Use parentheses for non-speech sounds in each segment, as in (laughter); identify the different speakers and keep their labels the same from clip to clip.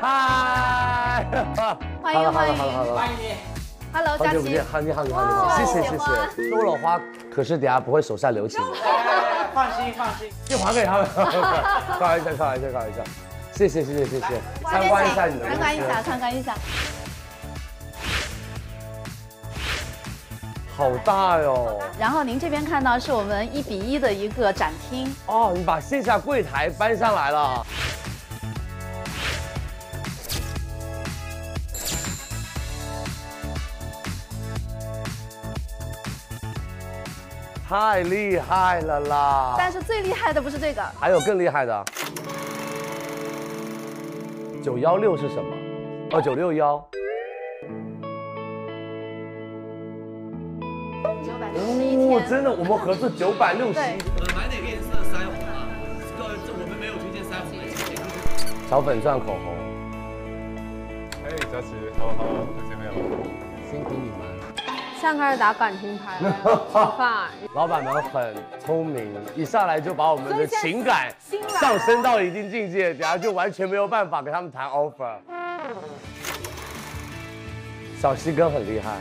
Speaker 1: 嗨，
Speaker 2: 欢迎欢迎
Speaker 1: ，Hello，
Speaker 3: 欢迎你，
Speaker 2: Hello，
Speaker 1: 好
Speaker 2: 佳
Speaker 1: 久不
Speaker 2: 琪
Speaker 1: 见，，好你好你好你好，
Speaker 2: 哇
Speaker 1: 谢谢
Speaker 2: 喜
Speaker 1: 谢
Speaker 2: 欢
Speaker 1: 谢。收了花，可是等下不会手下留情，
Speaker 3: 哎放心放心，
Speaker 1: 就还给他们。开玩笑，开玩笑，开玩笑。谢谢谢谢谢谢，参观一下你的公
Speaker 2: 参
Speaker 1: 司
Speaker 2: 观一下，参观一下。
Speaker 1: 好大哟。
Speaker 2: 然后您这边看到是我们一比一的一个展厅，
Speaker 1: 哦，你把线下柜台搬上来了。太厉害了啦！
Speaker 2: 但是最厉害的不是这个，
Speaker 1: 还有更厉害的，九幺六是什么？哦，九六幺。
Speaker 2: 九百六十一
Speaker 1: 哦，
Speaker 2: 天，
Speaker 1: 真的，我们合作九百六十
Speaker 2: 对
Speaker 1: 一。
Speaker 3: 呃，买哪个颜色的腮红啊？这个这我们没有推荐腮红的产品。
Speaker 1: 小粉钻口红，
Speaker 4: 哎，佳琪，Hello，Hello，又见面了。
Speaker 1: 辛苦你们。
Speaker 5: 像开始打板拼牌了，吃饭。
Speaker 1: (laughs) 老板们很聪明，一上来就把我们的情感
Speaker 5: 新来的
Speaker 1: 上升到一定境界，然后就完全没有办法跟他们谈 offer。小西哥很厉害，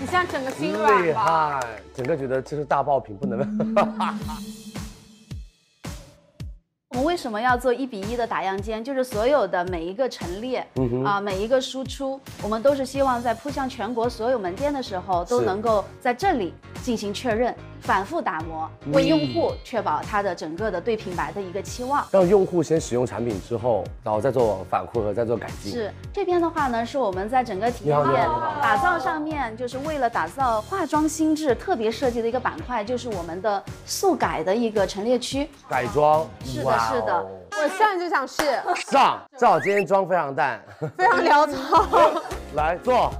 Speaker 5: 你现在整个心
Speaker 1: 厉
Speaker 5: 软吧？
Speaker 1: 害，整个觉得这是大爆品，不能。
Speaker 2: 嗯我们为什么要做一比一的打样间？就是所有的每一个陈列啊、
Speaker 1: 嗯
Speaker 2: 每一个输出，我们都是希望在铺向全国所有门店的时候，都
Speaker 1: 是
Speaker 2: 能够在这里进行确认，反复打磨，为用户确保他的整个的对品牌的一个期望。
Speaker 1: (laughs) 让用户先使用产品之后，然后再做反馈和再做改
Speaker 4: 嗯
Speaker 1: 进。
Speaker 2: 是这边的话呢，是我们在整个体
Speaker 1: 你
Speaker 2: 验
Speaker 1: 好你好
Speaker 2: 店
Speaker 1: 你好
Speaker 2: 打造上面，就是为了打造化妆心智特别设计的一个板块，就是我们的速改的一个陈列区。
Speaker 1: 改装。
Speaker 2: 是的
Speaker 1: 哇哦
Speaker 2: 是的
Speaker 5: 我现在就想试，
Speaker 1: 上，正好今天妆非常
Speaker 2: (laughs)
Speaker 1: 淡，
Speaker 5: 非常潦草。
Speaker 1: 来坐。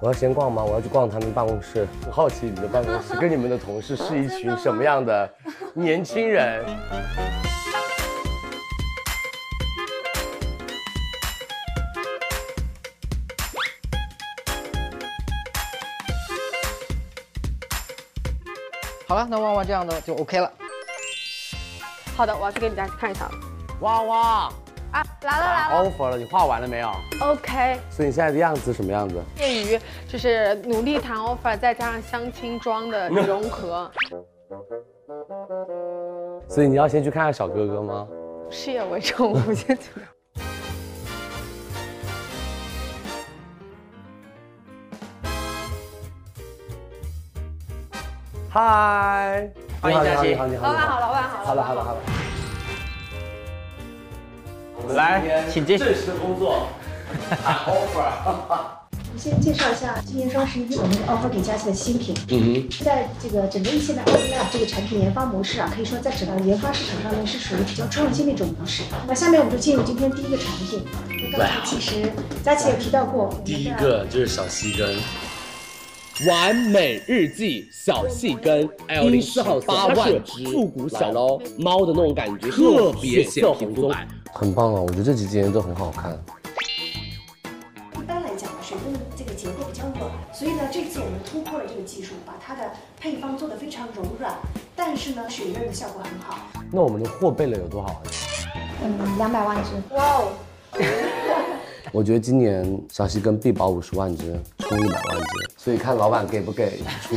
Speaker 1: 我要先逛吗？我要去逛他们办公室。我好奇你的办
Speaker 2: (laughs)
Speaker 1: 公室跟你们的同事是一群什么样的年轻
Speaker 2: (laughs)
Speaker 1: 人？
Speaker 6: 好了，那旺旺这样的就 OK 了。
Speaker 5: 好的，我要去给你家看一下了。
Speaker 1: 哇哇
Speaker 5: 啊，来了来了
Speaker 1: ，offer 了，你画完了没有？
Speaker 5: ，OK。
Speaker 1: 所以你现在的样子什么样子？
Speaker 5: 业余就是努力谈 offer，再加上相亲妆的融合。
Speaker 1: 所以你要先去看看小哥哥吗？
Speaker 5: 事业为重，我觉得。
Speaker 1: 嗨，
Speaker 3: 欢迎
Speaker 1: 你
Speaker 3: 佳
Speaker 1: 好
Speaker 3: 琪
Speaker 1: 你好，你好，
Speaker 5: 老
Speaker 1: 你
Speaker 5: 板好，
Speaker 1: 好，
Speaker 5: 老板好。
Speaker 1: 好了，好了，好了。
Speaker 3: 来，请进。
Speaker 1: 式工作，谈 offer。
Speaker 7: 我先介绍一下今年双十一我们 offer 给佳琦的新品。
Speaker 1: 嗯
Speaker 7: 在这个整个一线的 o p Lab 这个产品研发模式啊，可以说在整个研发市场上面是属于比较创新的一种模式。那下面我们就进入今天第一个产品。那刚才其实佳琦也提到过，
Speaker 8: 第一个就是小细根。完美日记小细根，零四号八万只，复古小喽，猫的那种感觉，特别显皮肤白。
Speaker 1: 很棒哦，我觉得这几件都很好看。
Speaker 7: 一般来讲呢，水分这个结构比较软，所以呢，这次我们突破了这个技术，把它的配方做得非常柔软，但是呢，水润的效果很好。
Speaker 1: 那我们的货备了有多少啊？
Speaker 7: 嗯，两百万只。
Speaker 5: 哇哦，
Speaker 1: 我觉得今年小西跟必保五十万只，出一百万只，所以看老板给不给出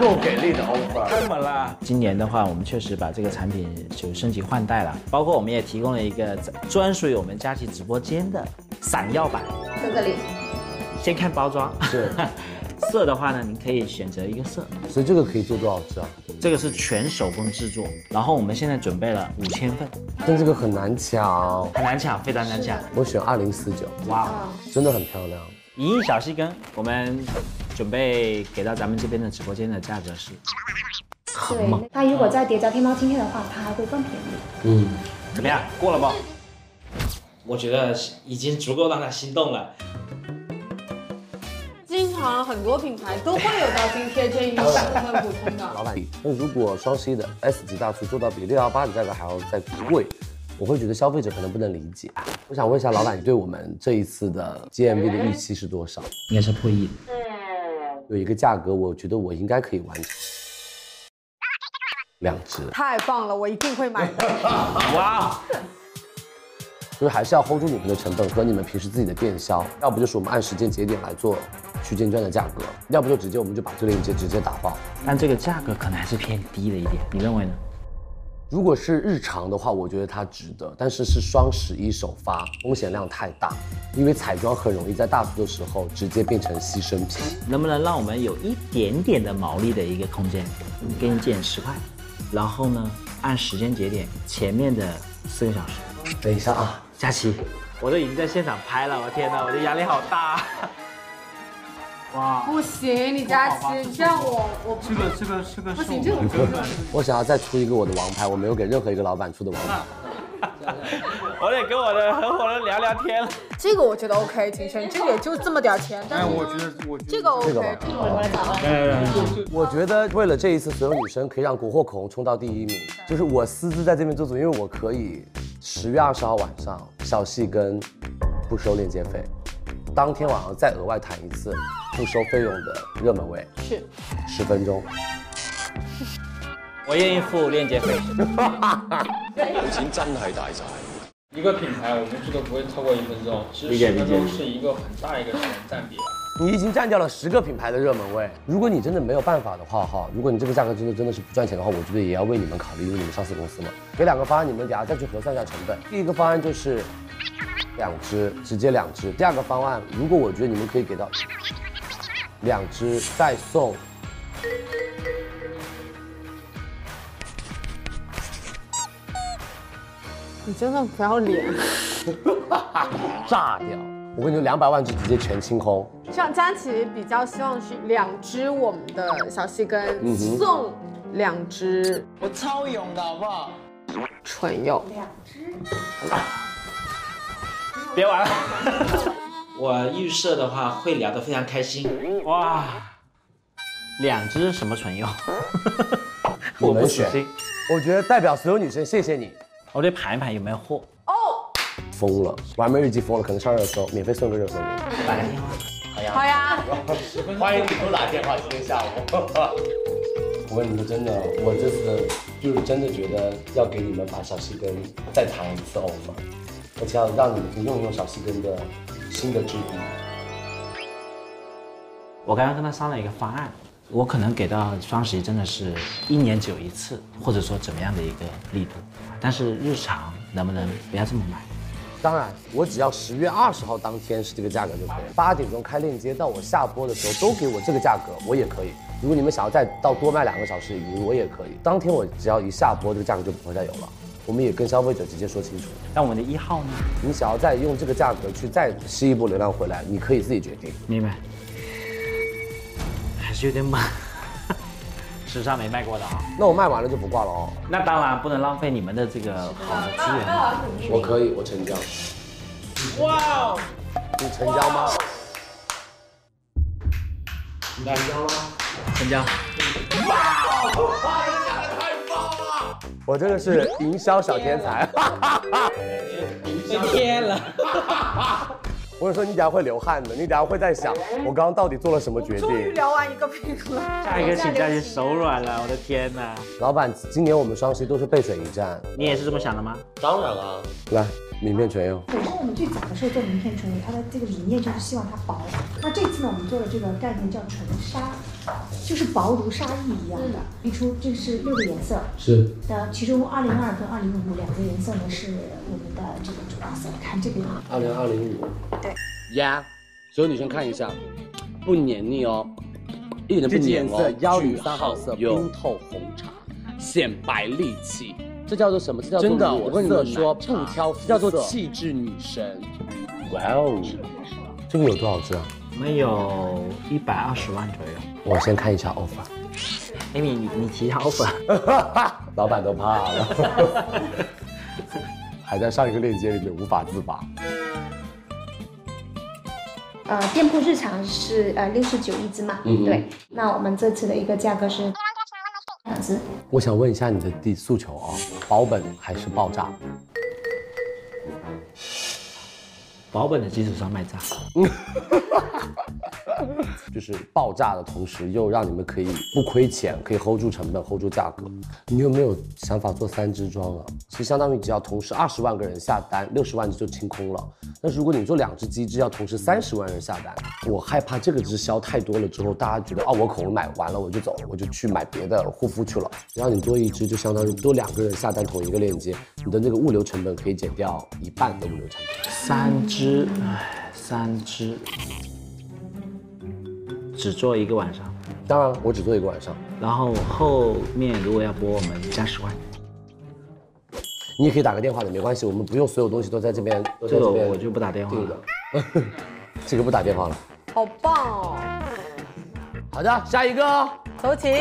Speaker 1: 够给力的 offer。
Speaker 3: 怎么了？
Speaker 9: 今年的话，我们确实把这个产品就升级换代了，包括我们也提供了一个专属于我们佳琦直播间的闪耀版。
Speaker 5: 在这里。
Speaker 9: 先看包装，
Speaker 1: 是，
Speaker 9: (laughs) 色的话呢，你可以选择一个色，
Speaker 1: 所以这个可以做多少只啊？
Speaker 9: 这个是全手工制作，然后我们现在准备了五千份，
Speaker 1: 但这个很难抢，啊
Speaker 9: 很难抢，非常难抢。
Speaker 1: 我选二零四九，
Speaker 9: 哇，哦
Speaker 1: 真的很漂亮。
Speaker 9: 一亿小细根，我们准备给到咱们这边的直播间的价格是
Speaker 7: 对，它如果再叠加天猫今天的话，它还会更便宜。
Speaker 1: 嗯，
Speaker 9: 怎么样？过了不？我觉得已经足够让他心动了。
Speaker 5: 经常很多品牌都会有到津贴这一部分补充的。 (laughs)
Speaker 1: 老板，那如果双十一的 S 级大促做到比六幺八的价格还要再贵，我会觉得消费者可能不能理解。我想问一下老板，你对我们这一次的 GMV 的预期是多少？
Speaker 9: 应该是破亿。
Speaker 1: 有一个价格，我觉得我应该可以完成。
Speaker 8: 两只，
Speaker 5: 太棒了，我一定会买的。
Speaker 10: 哇，
Speaker 8: 就是还是要 hold 住你们的成本和你们平时自己的电销，要不就是我们按时间节点来做区间站的价格，要不就直接我们就把这个链接直接打爆。
Speaker 9: 但这个价格可能还是偏低了一点，你认为呢？
Speaker 8: 如果是日常的话，我觉得它值得，但是是双十一首发，风险量太大，因为彩妆很容易在大促的时候直接变成牺牲品。
Speaker 9: 能不能让我们有一点点的毛利的一个空间？给你减十块，然后呢，按时间节点前面的四个小时。
Speaker 8: 等一下啊，
Speaker 9: 佳琪，我都已经在现场拍了，我天哪，我的压力好大。啊哇，
Speaker 5: 不行，李佳琦，你这样我我
Speaker 10: 这
Speaker 5: 不
Speaker 10: 个这个这个
Speaker 5: 不
Speaker 10: 是
Speaker 5: 行，
Speaker 10: 我
Speaker 5: 这个我觉得
Speaker 8: 我想要再出一个我的王牌，我没有给任何一个老板出的王牌。
Speaker 10: 我得跟我的合伙人聊聊天了。
Speaker 5: 这个我觉得 OK，景深，这个也就这么点儿钱，但
Speaker 11: 哎，
Speaker 5: 是
Speaker 11: 我觉得我觉得
Speaker 5: 这个
Speaker 8: 这个
Speaker 5: OK，
Speaker 8: 吧
Speaker 5: 这个我来打。
Speaker 8: 我觉得为了这一次，所有女生可以让国货口红冲到第一名，就是我私自在这边做主，因为我可以十月二十号晚上小细跟不收链接费，当天晚上再额外谈一次不收费用的热门位，
Speaker 5: 是
Speaker 8: 十分钟。
Speaker 9: 我愿意付链接费。 (laughs)
Speaker 12: 一个品牌，我们制作不会超过一分钟，其实
Speaker 9: 理解
Speaker 12: 十
Speaker 9: 理解
Speaker 12: 分钟是一个很大一个占比了。
Speaker 8: 你已经占掉了十个品牌的热门位。如果你真的没有办法的话，哈，如果你这个价格真的真的是不赚钱的话，我觉得也要为你们考虑，因为你们上市公司嘛。给两个方案，你们等下再去核算一下成本。第一个方案就是两只，直接两只。第二个方案，如果我觉得你们可以给到两只，再送
Speaker 5: 你真的不要脸，
Speaker 8: 炸掉。我跟你说，两百万只直接全清空。
Speaker 5: 像佳琦比较希望是两只我们的小细跟送两只
Speaker 1: 我超勇的好不好？
Speaker 5: 唇釉，
Speaker 10: 别玩了，
Speaker 9: (laughs) 我预设的话会聊得非常开心。
Speaker 10: 哇，
Speaker 9: 两支什么
Speaker 8: (laughs)
Speaker 9: 唇釉？
Speaker 8: 你
Speaker 9: 我
Speaker 8: 们
Speaker 9: 不死
Speaker 8: 选
Speaker 9: 心，
Speaker 8: 我觉得代表所有女生，谢谢你，
Speaker 9: 我得盘一盘有没有货。
Speaker 8: 疯了，完美日记疯了，可能上热搜，免费送个热搜名。
Speaker 9: 打个电话。
Speaker 5: 好呀，
Speaker 8: 欢迎你给我打电话，今天下午。 (laughs) 我跟你们真的，我这次就是真的觉得要给你们把小细跟再谈一次 offer，而且要让你们用用小细跟的新的质地。
Speaker 9: 我刚刚跟他商量一个方案，我可能给到双十一真的是一年只有一次，或者说怎么样的一个力度，但是日常能不能不要这么买？
Speaker 8: 当然，我只要十月二十号当天是这个价格就可以了。八点钟开链接，到我下播的时候都给我这个价格，我也可以。如果你们想要再到多卖两个小时以内，我也可以。当天我只要一下播，这个价格就不会再有了。我们也跟消费者直接说清楚，
Speaker 9: 但我们的一号呢？
Speaker 8: 你想要再用这个价格去再吸一波流量回来，你可以自己决定。
Speaker 9: 明白，还是有点满， (laughs) 时尚没卖过的啊。
Speaker 8: 那我卖完了就不挂了哦。
Speaker 9: 那当然不能浪费你们的这个好的资源了。
Speaker 8: 我可以，我成交。哇哦！你成交吗？
Speaker 9: 成交，
Speaker 8: 我真的是营销小天 (laughs) 才。
Speaker 12: 被骗了，
Speaker 8: 我跟你说，你等下会流汗的，你等下会在想，我刚刚到底做了什么决
Speaker 5: 哎终于
Speaker 8: 定。
Speaker 5: 聊完一个品了，
Speaker 9: 下一个请佳琪手软了，我的天哪！
Speaker 8: 老板，今年我们双十一都是背水一战。
Speaker 9: 你也是这么想的吗？
Speaker 10: 当然了，
Speaker 8: 来，名片唇釉，
Speaker 7: 本身我们最早的时候做名片唇釉，它的这个理念就是希望它薄。那这次呢，我们做的这个概念叫唇纱，就是薄如纱艺一样的。提出这是六个颜色，
Speaker 8: 是
Speaker 7: 那其中二零二跟二零五两个颜色呢是我们的这个主打色。看这边，啊
Speaker 8: 二零二零五。
Speaker 10: 呀，所有女生看一下，不黏腻哦，一点都不黏哦，
Speaker 8: 幺
Speaker 10: 巨
Speaker 8: 零三号色
Speaker 10: 有
Speaker 8: 冰透红茶，
Speaker 10: 显白利气，
Speaker 8: 这叫做什么？这叫做
Speaker 10: 真的，
Speaker 8: 裸
Speaker 10: 我跟你们
Speaker 8: 色
Speaker 10: 说，
Speaker 8: 奶
Speaker 10: 不
Speaker 8: 茶
Speaker 10: 挑肤色，
Speaker 8: 这
Speaker 10: 叫
Speaker 8: 叫做
Speaker 10: 做
Speaker 8: 气。
Speaker 10: 气质女神。哇哦，
Speaker 8: 这个有多少支啊？
Speaker 9: 我们有一百二十万左右。
Speaker 8: 我先看一下 offer。
Speaker 9: Amy，你你提一下 offer。
Speaker 8: 老板都怕了， (laughs) 还在上一个链接里面无法自拔。
Speaker 13: 呃，店铺日常是呃六十九一支嘛，对。那我们这次的一个价格是两支，
Speaker 8: 我想问一下你的第诉求啊、保本还是爆炸？
Speaker 9: 保本的基础上卖炸。
Speaker 1: 就是爆炸的同时，又让你们可以不亏钱，可以 hold 住成本，hold 住价格。你有没有想法做三支装啊？其实相当于只要同时二十万个人下单，六十万只就清空了。但是如果你做两只机制，要同时三十万人下单，我害怕这个只销太多了之后，大家觉得哦，我恐龙买完了我就走，我就去买别的护肤去了。让你多一只，就相当于多两个人下单同一个链接，你的那个物流成本可以减掉一半的物流成本。
Speaker 9: 三只，唉，三只，只做一个晚上。
Speaker 1: 当然，我只做一个晚上。
Speaker 9: 然后后面如果要播，我们加十万。
Speaker 1: 你也可以打个电话的，没关系，我们不用所有东西都在这边。都在
Speaker 9: 这个
Speaker 1: 边
Speaker 9: 我就不打电话
Speaker 1: 定的。这个不打电话了。
Speaker 5: 好棒哦！
Speaker 1: 好的，下一个哦。
Speaker 5: 走起！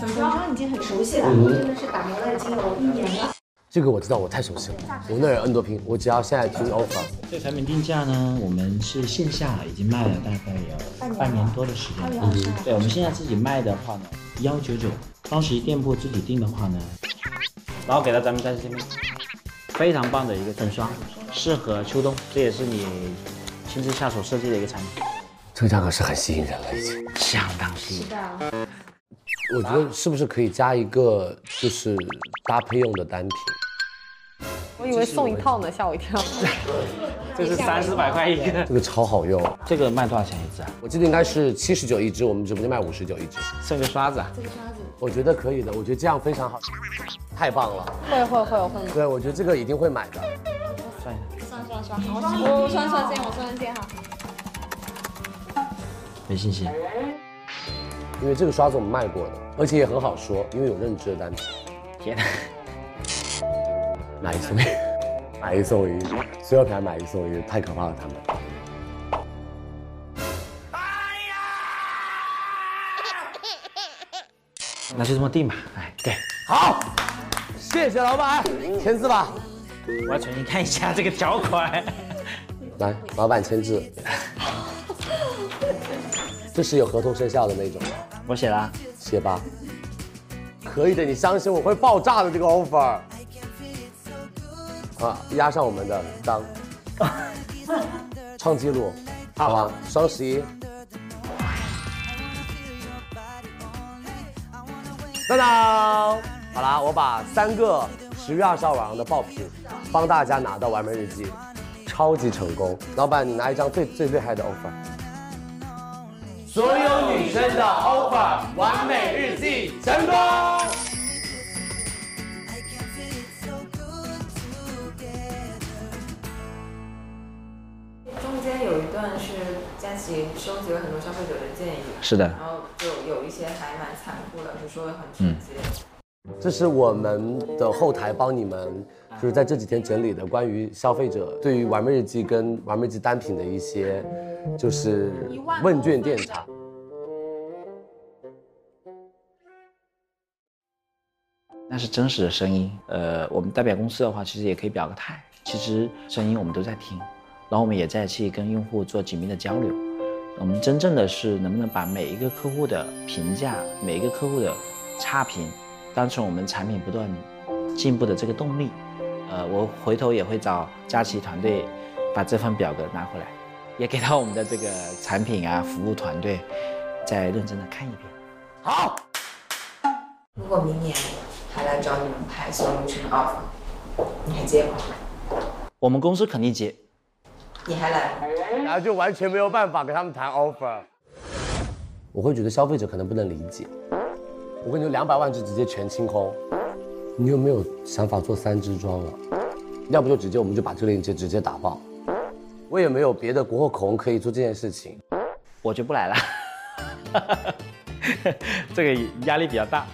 Speaker 7: 整装已经很熟悉了，
Speaker 1: 嗯
Speaker 7: 真的是打磨了已经有一年了。
Speaker 1: 这个我知道，我太熟悉了，我那人 N 多拼，我只要现在听 offer。
Speaker 9: 这个产品定价呢，我们是线下已经卖了大概有半年多的时间了。
Speaker 7: 半年了
Speaker 9: 对，我们现在自己卖的话呢，幺九九，双十一店铺自己定的话呢，然后给到咱们家这边，非常棒的一个粉霜，适合秋冬，这也是你亲自下手设计的一个产品，
Speaker 1: 这个价格是很吸引人了，已经。
Speaker 9: 相当吸引。
Speaker 1: 我觉得是不是可以加一个就是搭配用的单品？
Speaker 5: 我以为送一套呢，吓我一跳。
Speaker 9: 这是三四百块一个，
Speaker 1: 这个超好用，
Speaker 9: (laughs) 这个卖多少钱一支啊？
Speaker 1: 我记得应该是七十九一支，我们直播间卖五十九一支。
Speaker 9: 剩个刷子啊？
Speaker 14: 这个刷子，
Speaker 1: 我觉得可以的，我觉得这样非常好，太棒了。
Speaker 5: 会会会，我会。
Speaker 1: 对，我觉得这个一定会买的。
Speaker 9: 算一下，
Speaker 14: 算算算，好，我算算先，我算算先哈。
Speaker 9: 没信心。
Speaker 1: 因为这个刷子我们卖过的，而且也很好说，因为有认知的单品。
Speaker 9: 天
Speaker 1: 哪， (laughs) 买一送一，买一送一，所有品牌买一送一，太可怕了，他们。
Speaker 9: 那就这么定吧。哎，对，
Speaker 1: 好，谢谢老板，签字吧。
Speaker 9: 我要重新看一下这个条款。 (laughs)
Speaker 1: 来，老板签字。这是有合同生效的那种吗？
Speaker 9: 我写了啊，
Speaker 1: 写吧。可以的，你相信我会爆炸的这个 offer。啊，压上我们的当，创纪录，好吧？双十一。当当，好啦，我把三个十月二十号晚上的爆品帮大家拿到完美日记，超级成功。老板，你拿一张最最厉害的 offer。
Speaker 15: 所有女生的 offer 完美日记成功。
Speaker 3: 中间有一段是佳琪收集了很多消费者的建议，
Speaker 9: 是的
Speaker 3: 然后就有一些还蛮残酷的，就说的很直接。
Speaker 1: 这是我们的后台帮你们，就是在这几天整理的关于消费者对于完美日记跟完美日记单品的一些，就是问卷调查。
Speaker 9: 那是真实的声音。呃，我们代表公司的话，其实也可以表个态。其实声音我们都在听，然后我们也在去跟用户做紧密的交流。我们真正的是能不能把每一个客户的评价、每一个客户的差评，当成我们产品不断进步的这个动力。呃，我回头也会找佳琦团队把这份表格拿回来，也给到我们的这个产品啊服务团队再认真的看一遍。
Speaker 1: 好，
Speaker 3: 如果明年还来找你们拍 solution offer，你还接吗？
Speaker 9: 我们公司肯定接。
Speaker 3: 你还来？
Speaker 1: 然后就完全没有办法跟他们谈 offer。我会觉得消费者可能不能理解。我跟你说，两百万只直接全清空。你有没有想法做三支装啊？要不就直接我们就把这个链接直接打爆。我也没有别的国货口红可以做这件事情。
Speaker 9: 我就不来了，这个压力比较大。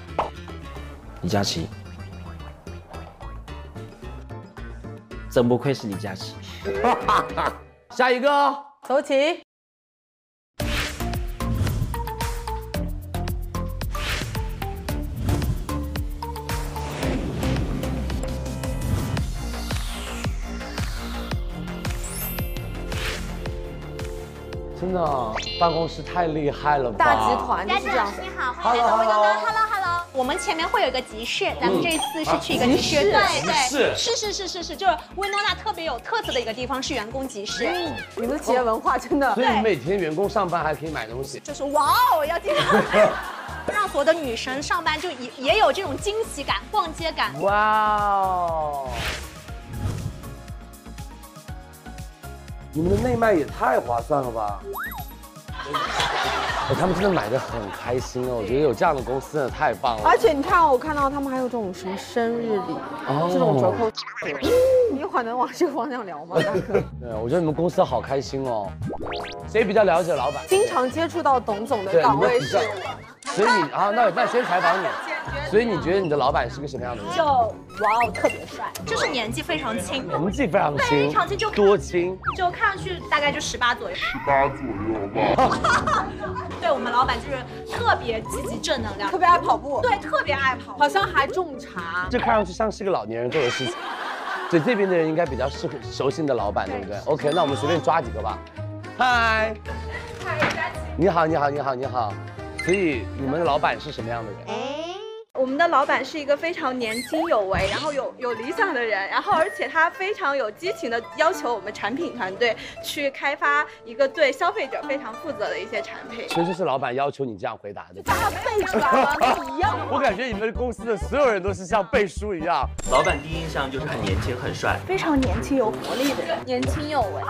Speaker 9: 李佳琦，真不愧是李佳琦。
Speaker 1: 下一个哦，
Speaker 5: 走起！
Speaker 1: 真的，办公室太厉害了吧！
Speaker 5: 大集团就是这样。
Speaker 16: 你好
Speaker 1: Hello，
Speaker 16: 欢迎来到
Speaker 1: hello
Speaker 16: 微刚刚 Hello Hello，
Speaker 7: 我们前面会有一个集市，咱们这一次是去一个集市，
Speaker 9: 啊集市
Speaker 7: 对
Speaker 9: 集
Speaker 7: 对，
Speaker 9: 市
Speaker 7: 是是是是是，就是温多纳特别有特色的一个地方是员工集市。
Speaker 5: 你们企业文化真的
Speaker 1: 所以
Speaker 7: 对
Speaker 1: 每天员工上班还可以买东西，
Speaker 7: 就是哇哦，要经常 (laughs) 让所有的女生上班就也也有这种惊喜感、逛街感。
Speaker 1: 哇哦！你们的内卖也太划算了吧！ (laughs) 哎他们真的买的很开心哦，我觉得有这样的公司真的太棒了。
Speaker 5: 而且你看哦，我看到他们还有这种什么生日嗯礼，
Speaker 1: 哦
Speaker 5: 这种折扣，你有可能往这个方向聊吗？大哥
Speaker 1: 对，我觉得你们公司好开心哦。谁比较了解老板？
Speaker 5: 经常接触到董总的
Speaker 1: 对，你
Speaker 5: 岗
Speaker 1: 们
Speaker 5: 位
Speaker 1: 比
Speaker 5: 是
Speaker 1: 较，所以你啊，那那先采访你。所以你觉得你的老板是个什么样的人？
Speaker 7: 就哇哦，特别帅，就是年纪非常轻，
Speaker 1: 年纪非常轻，
Speaker 7: 非常轻就
Speaker 1: 多轻，
Speaker 7: 就看上去大概就十八左右。
Speaker 1: 八左右吧。
Speaker 7: 对我们老板就是特别积极正能量，
Speaker 5: 特别爱跑步，
Speaker 7: 对，特别爱跑步，
Speaker 5: 好像还种茶。
Speaker 1: 这看上去像是个老年人做的事情。对，这边的人应该比较适合熟悉你的老板，对不对？OK，那我们随便抓几个吧。嗨，你好，你好，你好，你好。所以你们的老板是什么样的人？
Speaker 17: 我们的老板是一个非常年轻有为，然后有有理想的人，然后而且他非常有激情的要求我们产品团队去开发一个对消费者非常负责的一些产品。
Speaker 1: 其实是老板要求你这样回答的。
Speaker 5: 背出
Speaker 1: 一样。我感觉你们公司的所有人都是像背书一样。
Speaker 9: 老板第一印象就是很年轻，很帅。
Speaker 7: 非常年轻有活力的人，年轻有为。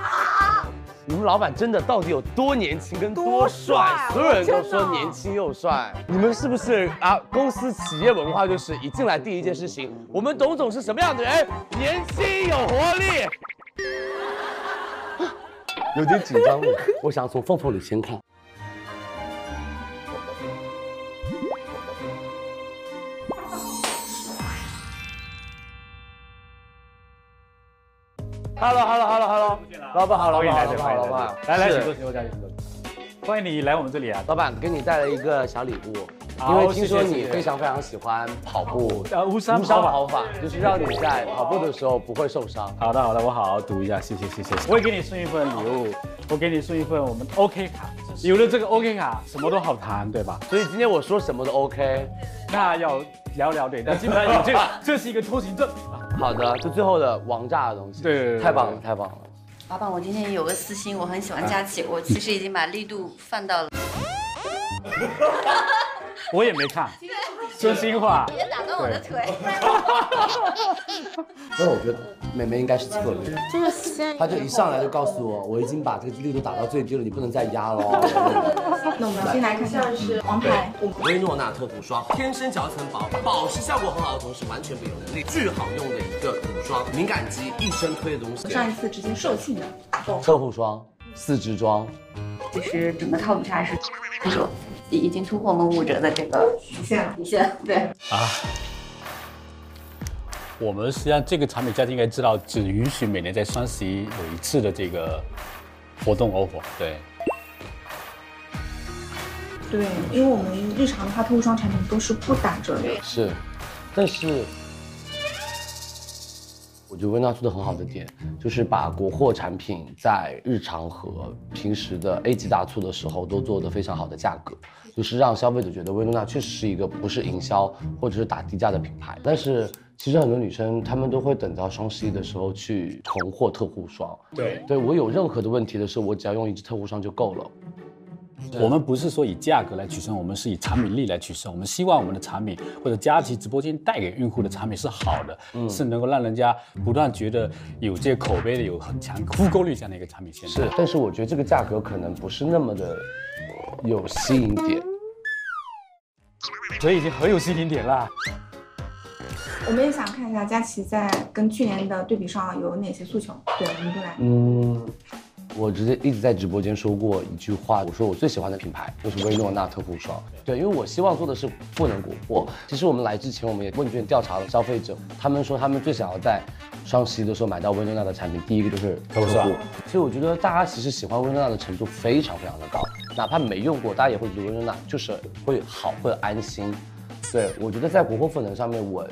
Speaker 1: 你们老板真的到底有多年轻跟多帅？所有人都说年轻又帅。你们是不是啊？公司企业文化就是一进来第一件事情，我们董总是什么样的人？年轻有活力。有点紧张了，我想从缝缝里先看。Hello Hello Hello Hello，老板好，老
Speaker 18: 欢
Speaker 1: 板
Speaker 18: 迎
Speaker 1: 好，
Speaker 18: 来
Speaker 1: 老
Speaker 18: 这
Speaker 1: 板
Speaker 18: 边
Speaker 1: 好，老板好，
Speaker 18: 来来
Speaker 1: 是
Speaker 18: 请坐请坐嘉宾请坐。欢迎你来我们这里啊，
Speaker 1: 老板给你带了一个小礼物，
Speaker 18: 好
Speaker 1: 因为听说
Speaker 18: 谢谢
Speaker 1: 你
Speaker 18: 谢谢
Speaker 1: 非常非常喜欢跑步，
Speaker 18: 呃无伤
Speaker 1: 跑法，就是让你在跑步的时候不会受伤。
Speaker 18: 好的好的，我好好读一下，谢谢谢谢。我会给你送一份礼物，我给你送一份我们 OK 卡，有了这个 OK 卡，什么都好谈，对吧？
Speaker 1: 所以今天我说什么都 OK，
Speaker 18: 那要聊聊对，但基本上有这个，这是一个通行证。
Speaker 1: 好的，就最后的王炸的东西，对，太棒了，太棒了。
Speaker 2: 老板，我今天有个私心，我很喜欢佳琪，我其实已经把力度放到了。
Speaker 18: 我也没看，真心话。
Speaker 2: 别打断我的
Speaker 4: (laughs)
Speaker 2: 腿。
Speaker 1: 那我觉得妹妹应该是策略，
Speaker 5: 就是先，
Speaker 1: 她就一上来就告诉我，我已经把这个力度打到最低了，你不能再压了哦。
Speaker 5: 那我们
Speaker 1: 进
Speaker 5: 来看看王牌。
Speaker 9: 薇诺纳特护霜，天生角层薄，保湿效果很好的同时完全不油腻，巨好用的一个乳霜，敏感肌一生推的东西。
Speaker 2: 上一次直接售罄的，
Speaker 1: 侧护霜、四肢霜，
Speaker 2: 其实整个套午茶是这种已经突破我们五折的这个极限了，极限对。
Speaker 4: 啊。我们实际上这个产品家庭应该知道，只允许每年在双十一有一次的这个活动 offer。对，
Speaker 8: 对，因为我们日常的话，特护霜产品都是不打折的。
Speaker 1: 是，但是我觉得薇娜做的很好的点，就是把国货产品在日常和平时的 A 级大促的时候都做得非常好的价格，就是让消费者觉得薇诺娜确实是一个不是营销或者是打低价的品牌。但是其实很多女生她们都会等到双十一的时候去囤货特护霜。
Speaker 4: 对
Speaker 1: 对我有任何的问题的时候，我只要用一支特护霜就够了。
Speaker 4: 我们不是说以价格来取胜，我们是以产品力来取胜。我们希望我们的产品或者佳琦直播间带给用户的产品是好的，
Speaker 18: 嗯
Speaker 4: 是能够让人家不断觉得有这个口碑的，有很强复购率这样的一个产品线。
Speaker 1: 是，但是我觉得这个价格可能不是那么的有吸引点。
Speaker 18: 所以已经很有吸引点啦。
Speaker 8: 我们也想看一下佳琦在跟去年的对比上有哪些诉求。对，我们就来。
Speaker 1: 嗯，我直接一直在直播间说过一句话，我说我最喜欢的品牌就是薇诺娜特护霜。对，因为我希望做的是赋能国货。其实我们来之前，我们也问卷调查了消费者，他们说他们最想要在双十一的时候买到薇诺娜的产品，第一个就是特护霜。所以我觉得大家其实喜欢薇诺娜的程度非常非常的高，哪怕没用过，大家也会觉得薇诺娜就是会好，会安心。对，我觉得在国货赋能上面，我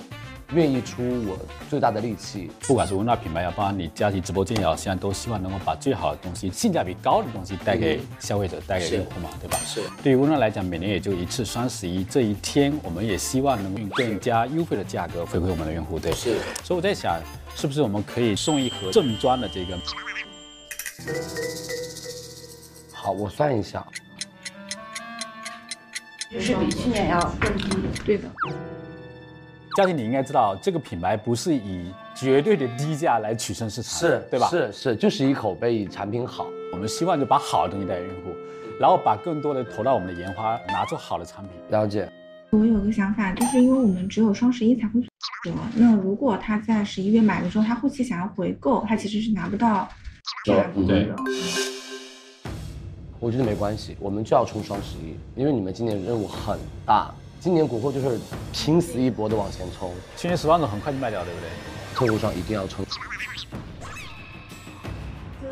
Speaker 8: 愿意出我最大的力气。
Speaker 4: 不管是文化品牌也好，包括你佳琦直播间也好，现在都希望能够把最好的东西、性价比高的东西带给消费者、带给
Speaker 8: 是
Speaker 4: 用户嘛，对吧？
Speaker 8: 是。
Speaker 4: 对于温润来讲，每年也就一次双十一这一天，我们也希望能用更加优惠的价格回馈我们的用户，对。
Speaker 8: 是。
Speaker 4: 所以我在想，是不是我们可以送一盒正装的这个？
Speaker 8: 好，我算一下，
Speaker 19: 就是比去年要更低，对的。
Speaker 4: 佳琦，你应该知道，这个品牌不是以绝对的低价来取胜市场，
Speaker 8: 是
Speaker 4: 对吧？
Speaker 8: 是是，就是以口碑、以产品好。
Speaker 4: 我们希望就把好的东西带给用户，然后把更多的投到我们的研发，拿出好的产品。
Speaker 8: 了解。
Speaker 20: 我有个想法，就是因为我们只有双十一才会折，那如果他在十一月买了之后，他后期想要回购，他其实是拿不到这样的内容。
Speaker 8: 我觉得没关系，我们就要冲双十一，因为你们今年任务很大，今年国货就是拼死一搏的往前冲，
Speaker 4: 去年十万个很快就卖掉，对不对？
Speaker 8: 特务上一定要冲，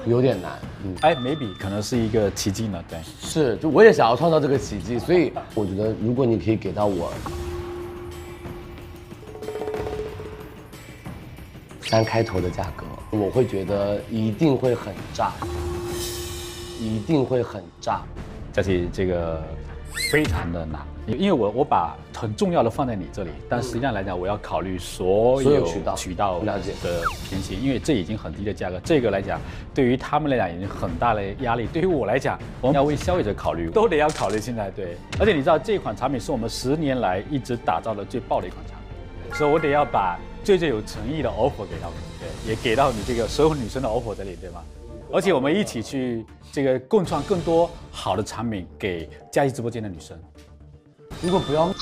Speaker 8: 有点难。嗯，
Speaker 4: 哎，maybe 可能是一个奇迹呢，对。
Speaker 8: 是，就我也想要创造这个奇迹，所以我觉得如果你可以给到我三开头的价格，我会觉得一定会很炸，一定会很炸。
Speaker 4: 佳琪，这个非常的难，因为我我把很重要的放在你这里，但实际上来讲，我要考虑所
Speaker 8: 所
Speaker 4: 有
Speaker 8: 有渠道
Speaker 4: 渠道
Speaker 8: 了解
Speaker 4: 的平行，因为这已经很低的价格，这个来讲，对于他们来讲已经很大的压力，对于我来讲，我们要为消费者考虑，都得要考虑现在对，而且你知道这款产品是我们十年来一直打造的最爆的一款产品，所以我得要把最最有诚意的 offer 给到你，对，也给到你这个所有女生的 offer 这里，对吗？而且我们一起去这个共创更多好的产品给佳琦直播间的女生。
Speaker 8: 如果不要呢？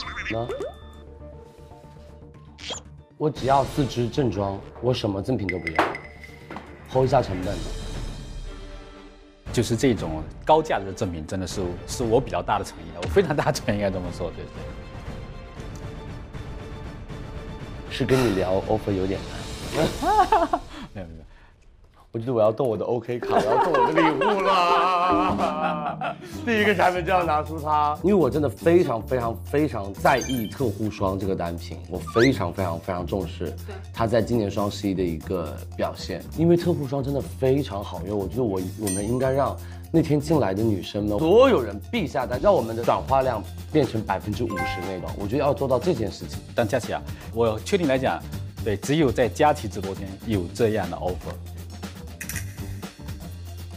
Speaker 8: 我只要四支正装，我什么赠品都不要，hold 一下成本。
Speaker 4: 就是这种高价值的赠品，真的是是我比较大的诚意了，我非常大的诚意应该这么说，对对。
Speaker 8: 是跟你聊 offer 有点难。
Speaker 4: 没有没有，
Speaker 8: 我觉得我要动我的 OK 卡，我要动我的礼物啦。第一个产品就要拿出它，因为我真的非常非常非常在意特护霜这个单品，我非常非常非常重视它在今年双十一的一个表现，因为特护霜真的非常好用，我觉得我我们应该让。那天进来的女生们，所有人必下单，让我们的转化量变成百分之五十那种。我觉得要做到这件事情。
Speaker 4: 但佳琪啊，我确定来讲，对，只有在佳琦直播间有这样的 offer。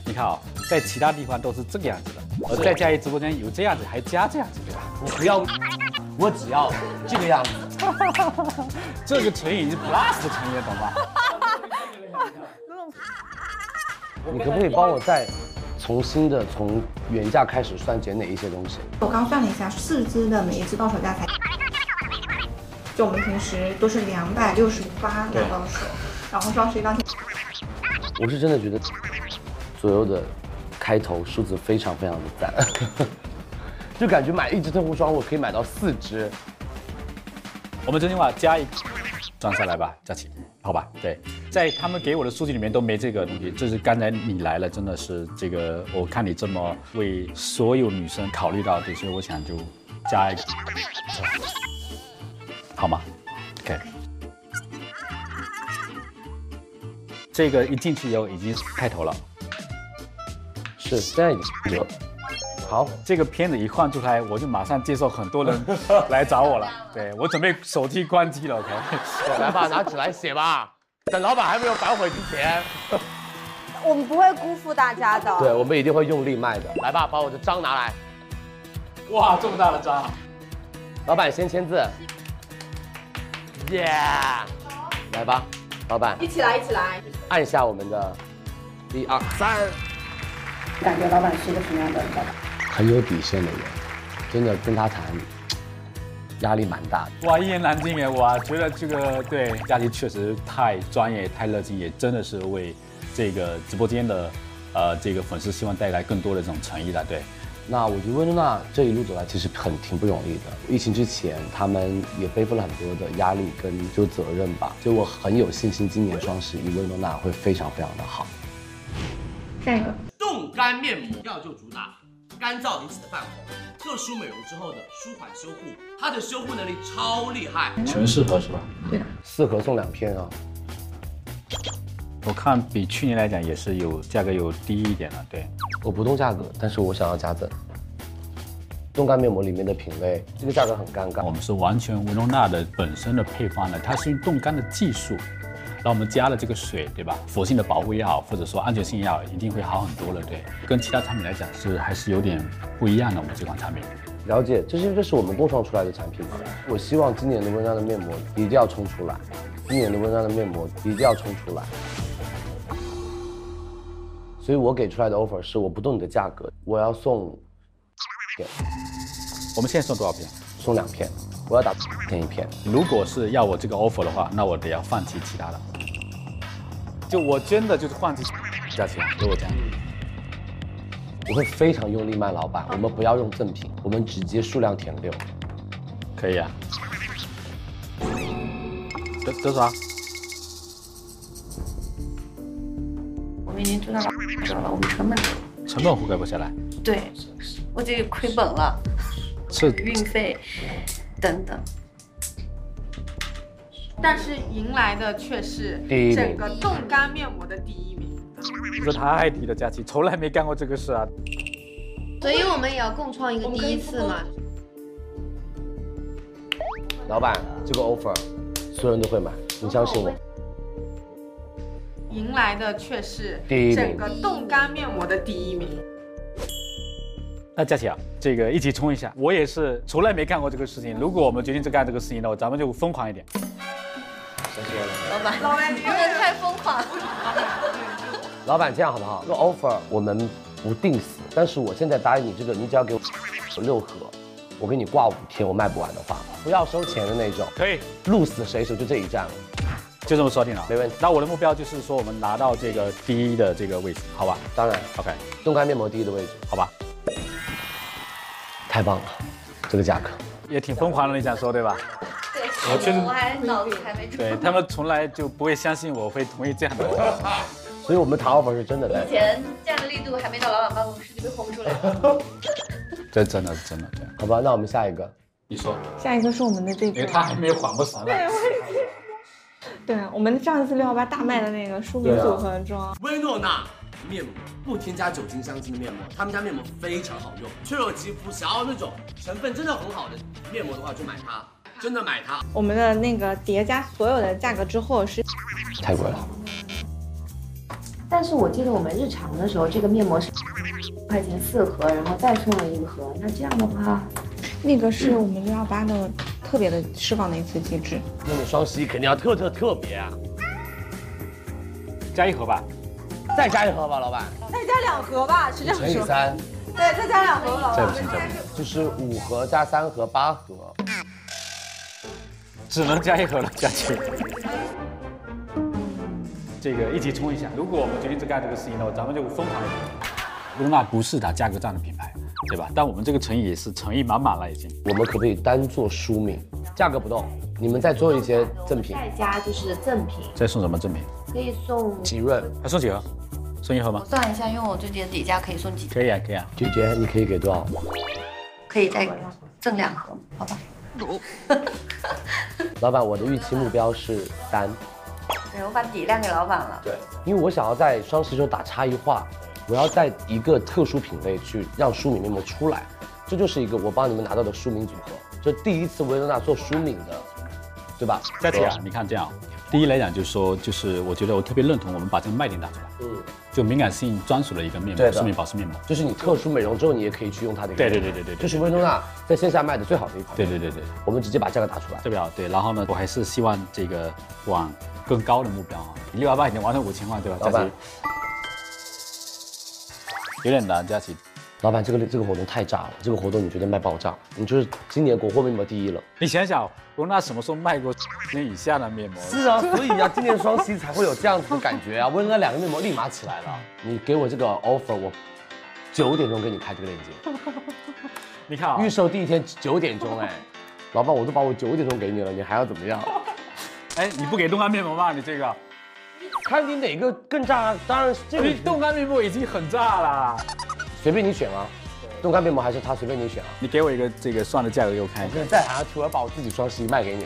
Speaker 4: 你看啊、在其他地方都是这个样子的，而在佳琦直播间有这样子，还加这样子，对吧？我不要，我只要这个样子。 (laughs) 这个成语是 plus 的成语，懂吗？
Speaker 8: 你可不可以帮我再重新的从原价开始算减哪一些东西？
Speaker 20: 我刚算了一下，四支的每一支到手价才，就我们平时都是两百六十八拿到手，然后双十一当天
Speaker 8: 我是真的觉得左右的开头数字非常非常的赞， (laughs) 就感觉买一支特护霜我可以买到四支。
Speaker 4: 我们真心话加一，转下来吧，佳琪，好吧？对，在他们给我的数据里面都没这个东西，这是刚才你来了，真的是这个，我看你这么为所有女生考虑到对，所以我想就加一个，好吗？OK。这个一进去以后已经开头了，
Speaker 8: 是现在已经有。好，
Speaker 4: 这个片子一放出来，我就马上接受很多人来找我了。对我准备手机关机了，OK。
Speaker 1: 来吧，拿纸来写吧，等老板还没有反悔之前，
Speaker 21: 我们不会辜负大家的。
Speaker 8: 对，我们一定会用力卖的。
Speaker 1: 来吧，把我的章拿来。
Speaker 4: 哇，这么大的章，
Speaker 8: 老板先签字，
Speaker 1: 耶、
Speaker 8: 来吧，老板，
Speaker 5: 一起来，一起来。
Speaker 8: 按下我们的一二三，
Speaker 19: 感觉老板是一个什么样的老板？
Speaker 8: 很有底线的人，真的跟他谈压力蛮大的。
Speaker 4: 哇，一言难尽耶！我觉得这个对佳琪确实太专业、太热情，也真的是为这个直播间的呃这个粉丝希望带来更多的这种诚意了。对，
Speaker 8: 那我觉得温州娜这一路走来其实很挺不容易的。疫情之前，他们也背负了很多的压力跟就责任吧，所以我很有信心，今年双十一温州娜会非常非常的好。
Speaker 1: 冻干面膜要就主打干燥引起的泛红，特殊美容之后的舒缓修护，它的修护能力超厉害。
Speaker 4: 全适合是吧？
Speaker 13: 对的，
Speaker 8: 四盒送两片啊。
Speaker 4: 我看比去年来讲也是有价格有低一点了，对。
Speaker 8: 我不动价格，但是我想要加赠。冻干面膜里面的品类，这个价格很尴尬。
Speaker 4: 我们是完全维罗纳的本身的配方的，它是用冻干的技术，然后我们加了这个水，对吧？佛性的保护也好，或者说安全性也好，一定会好很多了，对。跟其他产品来讲是还是有点不一样的，我们这款产品。
Speaker 8: 了解，这是这是我们共创出来的产品嘛？我希望今年的温莎的面膜一定要冲出来，今年的温莎的面膜一定要冲出来。所以我给出来的 offer 是我不动你的价格，我要送给
Speaker 4: 我们现在送多少片？
Speaker 8: 送两片，我要打片一片。
Speaker 4: 如果是要我这个 offer 的话，那我得要放弃其他的。就我真的就是放弃价钱，如果这样，
Speaker 8: 我会非常用力卖老板。我们不要用赠品，我们直接数量填六。
Speaker 4: 可以啊。折折啥？
Speaker 19: 我们已经知道了折了，我们成本折了，
Speaker 4: 成本覆盖不下来。
Speaker 19: 对，我这亏本了，
Speaker 4: 是
Speaker 19: 运费等等。
Speaker 5: 但是迎来的却是
Speaker 4: 第一名
Speaker 5: 整个冻干面膜的第一名。
Speaker 4: 这个太低了，佳琪，从来没干过这个事啊。
Speaker 22: 所以我们也要共创一个第一次嘛。
Speaker 8: 老板，这个 offer，所有人都会买，你相信我。
Speaker 5: 迎来的却是
Speaker 8: 第一名
Speaker 5: 整个冻干面膜的第一名。
Speaker 4: 那佳琪啊，这个一起冲一下，我也是从来没干过这个事情。如果我们决定这干这个事情呢，咱们就疯狂一点。
Speaker 22: 老板，老板，不能太疯狂了。
Speaker 8: 老板，这样好不好？这个 offer 我们不定死，但是我现在答应你这个，你只要给我六盒，我给你挂五天，我卖不完的话，不要收钱的那种。
Speaker 4: 可以，
Speaker 8: 鹿死谁手就这一站了。
Speaker 4: 就这么说定了，
Speaker 8: 没问题。
Speaker 4: 那我的目标就是说，我们拿到这个第一的这个位置，好吧？
Speaker 8: 当然
Speaker 4: ，OK，
Speaker 8: 冻干面膜第一的位置，
Speaker 4: 好吧？
Speaker 8: 太棒了，这个价格。
Speaker 4: 也挺疯狂的，你想说对吧？
Speaker 22: 对，
Speaker 4: 我确实
Speaker 22: 我还脑子还没转。
Speaker 4: 对他们从来就不会相信我会同意这样的。
Speaker 8: 所以我们谈 offer 是真的
Speaker 22: 以前这样的力度还没到老板办公室就被轰出来了。
Speaker 4: 这真的是真的对。
Speaker 8: 好吧，那我们下一个，
Speaker 4: 你说，
Speaker 23: 下一个是我们的这个，
Speaker 4: 没有缓过神
Speaker 23: 对，我也是。对，我们上一次六幺八大卖的那个舒敏
Speaker 1: 对啊
Speaker 23: 组合装，
Speaker 1: 薇诺娜面膜不添加酒精香精的面膜，他们家面膜非常好用，脆弱肌肤想要那种成分真的很好的面膜的话，就买它，真的买它。
Speaker 23: 我们的那个叠加所有的价格之后是，
Speaker 8: 太贵了。
Speaker 3: 但是我记得我们日常的时候，这个面膜是块钱四盒，然后再送了一盒。那这样的话，
Speaker 23: 那个是我们六幺八的特别的释放的一次机制。
Speaker 8: 那你双十一肯定要特特特别啊！
Speaker 4: 加一盒吧，
Speaker 8: 再加一盒吧，老板。
Speaker 5: 再加两盒吧，是这样
Speaker 8: 乘以
Speaker 5: 说。
Speaker 8: 三，
Speaker 5: 对，再加两盒，老
Speaker 8: 这
Speaker 5: 板
Speaker 8: 不。行就是五盒加三盒，八盒。
Speaker 4: 只能加一盒了，佳琪。这个一起冲一下，如果我们决定这干这个事情呢，咱们就疯狂一点。露娜不是打价格战的品牌，对吧？但我们这个诚意也是诚意满满了已经。
Speaker 8: 我们可不可以单做书名，价格不动？你们再做一些赠品，
Speaker 3: 再加就是赠品，
Speaker 4: 再送什么赠品？
Speaker 3: 可以送。
Speaker 8: 吉润
Speaker 4: 还送几盒？送一盒吗？
Speaker 19: 算一下，用我最近的底价可以送几，
Speaker 4: 可以啊，可以啊。
Speaker 8: 姐姐，你可以给多少？
Speaker 19: 可以再赠两盒，好吧？
Speaker 8: 老板，我的预期目标是三，
Speaker 19: 对，我把底量给老板了。
Speaker 8: 对，因为我想要在双十一中打差异化，我要在一个特殊品类去让舒敏面膜出来，这就是一个我帮你们拿到的舒敏组合，这第一次薇诺娜做舒敏的，对吧？
Speaker 4: 佳琪啊，你看这样，第一来讲就是说，就是我觉得我特别认同我们把这个卖点打出来，
Speaker 8: 嗯，
Speaker 4: 就敏感性专属的一个面
Speaker 8: 对
Speaker 4: 膜，
Speaker 8: 的
Speaker 4: 是敏保湿面膜。
Speaker 8: 就是你特殊美容之后，你也可以去用它的一个
Speaker 4: 对对
Speaker 8: 面膜。
Speaker 4: 对对对对
Speaker 8: 这是薇诺娜在线下卖的最好的一款。
Speaker 4: 对对对对，
Speaker 8: 我们直接把价格打出来。
Speaker 4: 对不了，对。然后呢，我还是希望这个往更高的目标啊，六幺八已经完成五千万，对吧？
Speaker 8: 老板
Speaker 4: 佳琪，有点难，佳琪。
Speaker 8: 老板，这个这个活动太炸了，这个活动你绝对卖爆炸，你就是今年国货面膜第一了。
Speaker 4: 你想想，我那什么时候卖过千以下的面膜？
Speaker 8: 是啊，所以啊，今年双十一才会有这样子的感觉啊。薇诺娜两个面膜立马起来了。你给我这个 offer，我九点钟给你开这个链接，
Speaker 4: 你看啊，
Speaker 8: 预售第一天九点钟哎，老板我都把我九点钟给你了，你还要怎
Speaker 1: (laughs)
Speaker 8: 么样？
Speaker 4: 哎，你不给冻干面膜吗？你这 (laughs) 个，
Speaker 8: 看你哪个更炸，当然是这个
Speaker 4: 冻干面膜已经很炸了。
Speaker 8: 随便你选啊。
Speaker 1: 冻干面膜还是它随便你选啊。
Speaker 4: 你给我一个这个算的价格给我看一下。
Speaker 1: 再拿出来把我自己双十一卖
Speaker 8: (laughs)
Speaker 1: 给你。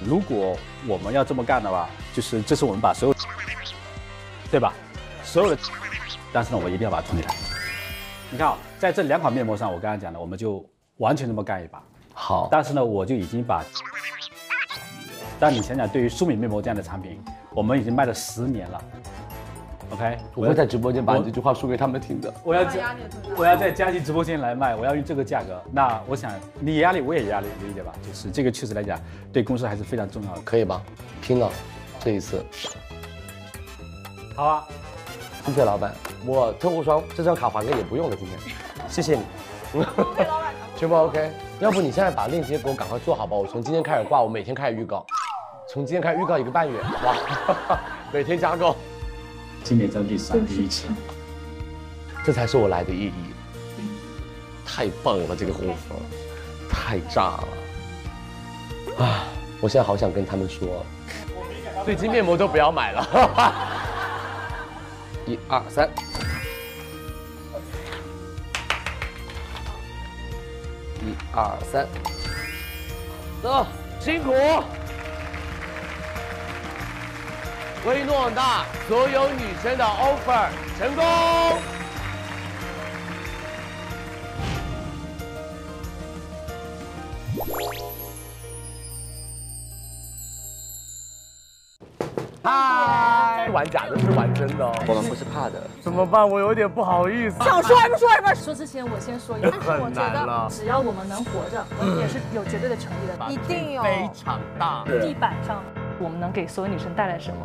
Speaker 4: 如果我们要这么干的话，就是这是我们把所有，对吧？所有的，但是呢，我一定要把它囤起来。你看啊、在这两款面膜上，我刚才讲的，我们就完全这么干一把。
Speaker 1: 好，
Speaker 4: 但是呢，我就已经把，但你想想，对于舒敏面膜这样的产品，我们已经卖了十年了。OK，
Speaker 1: 我会在直播间把你这句话说给他们听的。
Speaker 4: 我要在我要在佳琦直播间来卖，我要用这个价格。那我想你压力我也压力，理解吧？就是这个确实来讲，对公司还是非常重要的。
Speaker 1: 可以吧？拼
Speaker 8: 啊
Speaker 1: 了，这一次。
Speaker 4: 好啊，
Speaker 1: 谢谢老板，我特护霜这张卡还给你，不用了，今天， (laughs) 谢谢
Speaker 8: (laughs)
Speaker 1: 你。全部 OK，要不你现在把链接给我赶快做好吧，我从今天开始挂，我每天开始预告，从今天开始预告一个半月，哇， (laughs) 每天加购。
Speaker 4: 今年真第三第一次，
Speaker 1: 这才是我来的意义。太棒了，这个护肤，太炸了！啊，我现在好想跟他们说，最近面膜都不要买了。一二三，一二三，走，辛苦。威诺广大所有女生的 offer 成功。嗨，玩假的是玩真的哦，
Speaker 24: 我们不是怕的。
Speaker 1: 怎么办？我有点不好意思。
Speaker 5: 想说还不说一半。
Speaker 2: 说之前我先说一下，但是我觉得只要我们能活着，我们也是有绝对的诚意的，
Speaker 5: 一定有
Speaker 25: 非常大
Speaker 2: 地板上。我们能给所有女生带来什么？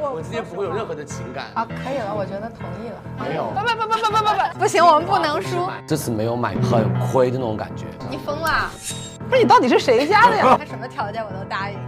Speaker 25: 我今天不会有任何的情感
Speaker 5: 啊！可以了，我觉得同意了。
Speaker 1: 没有，
Speaker 5: 不不不不不不不，不行，我们不能输。
Speaker 1: 这次没有买，很亏的那种感觉。
Speaker 5: 你疯了？
Speaker 2: 不是你到底是谁家的呀？
Speaker 5: 什么条件我都答应。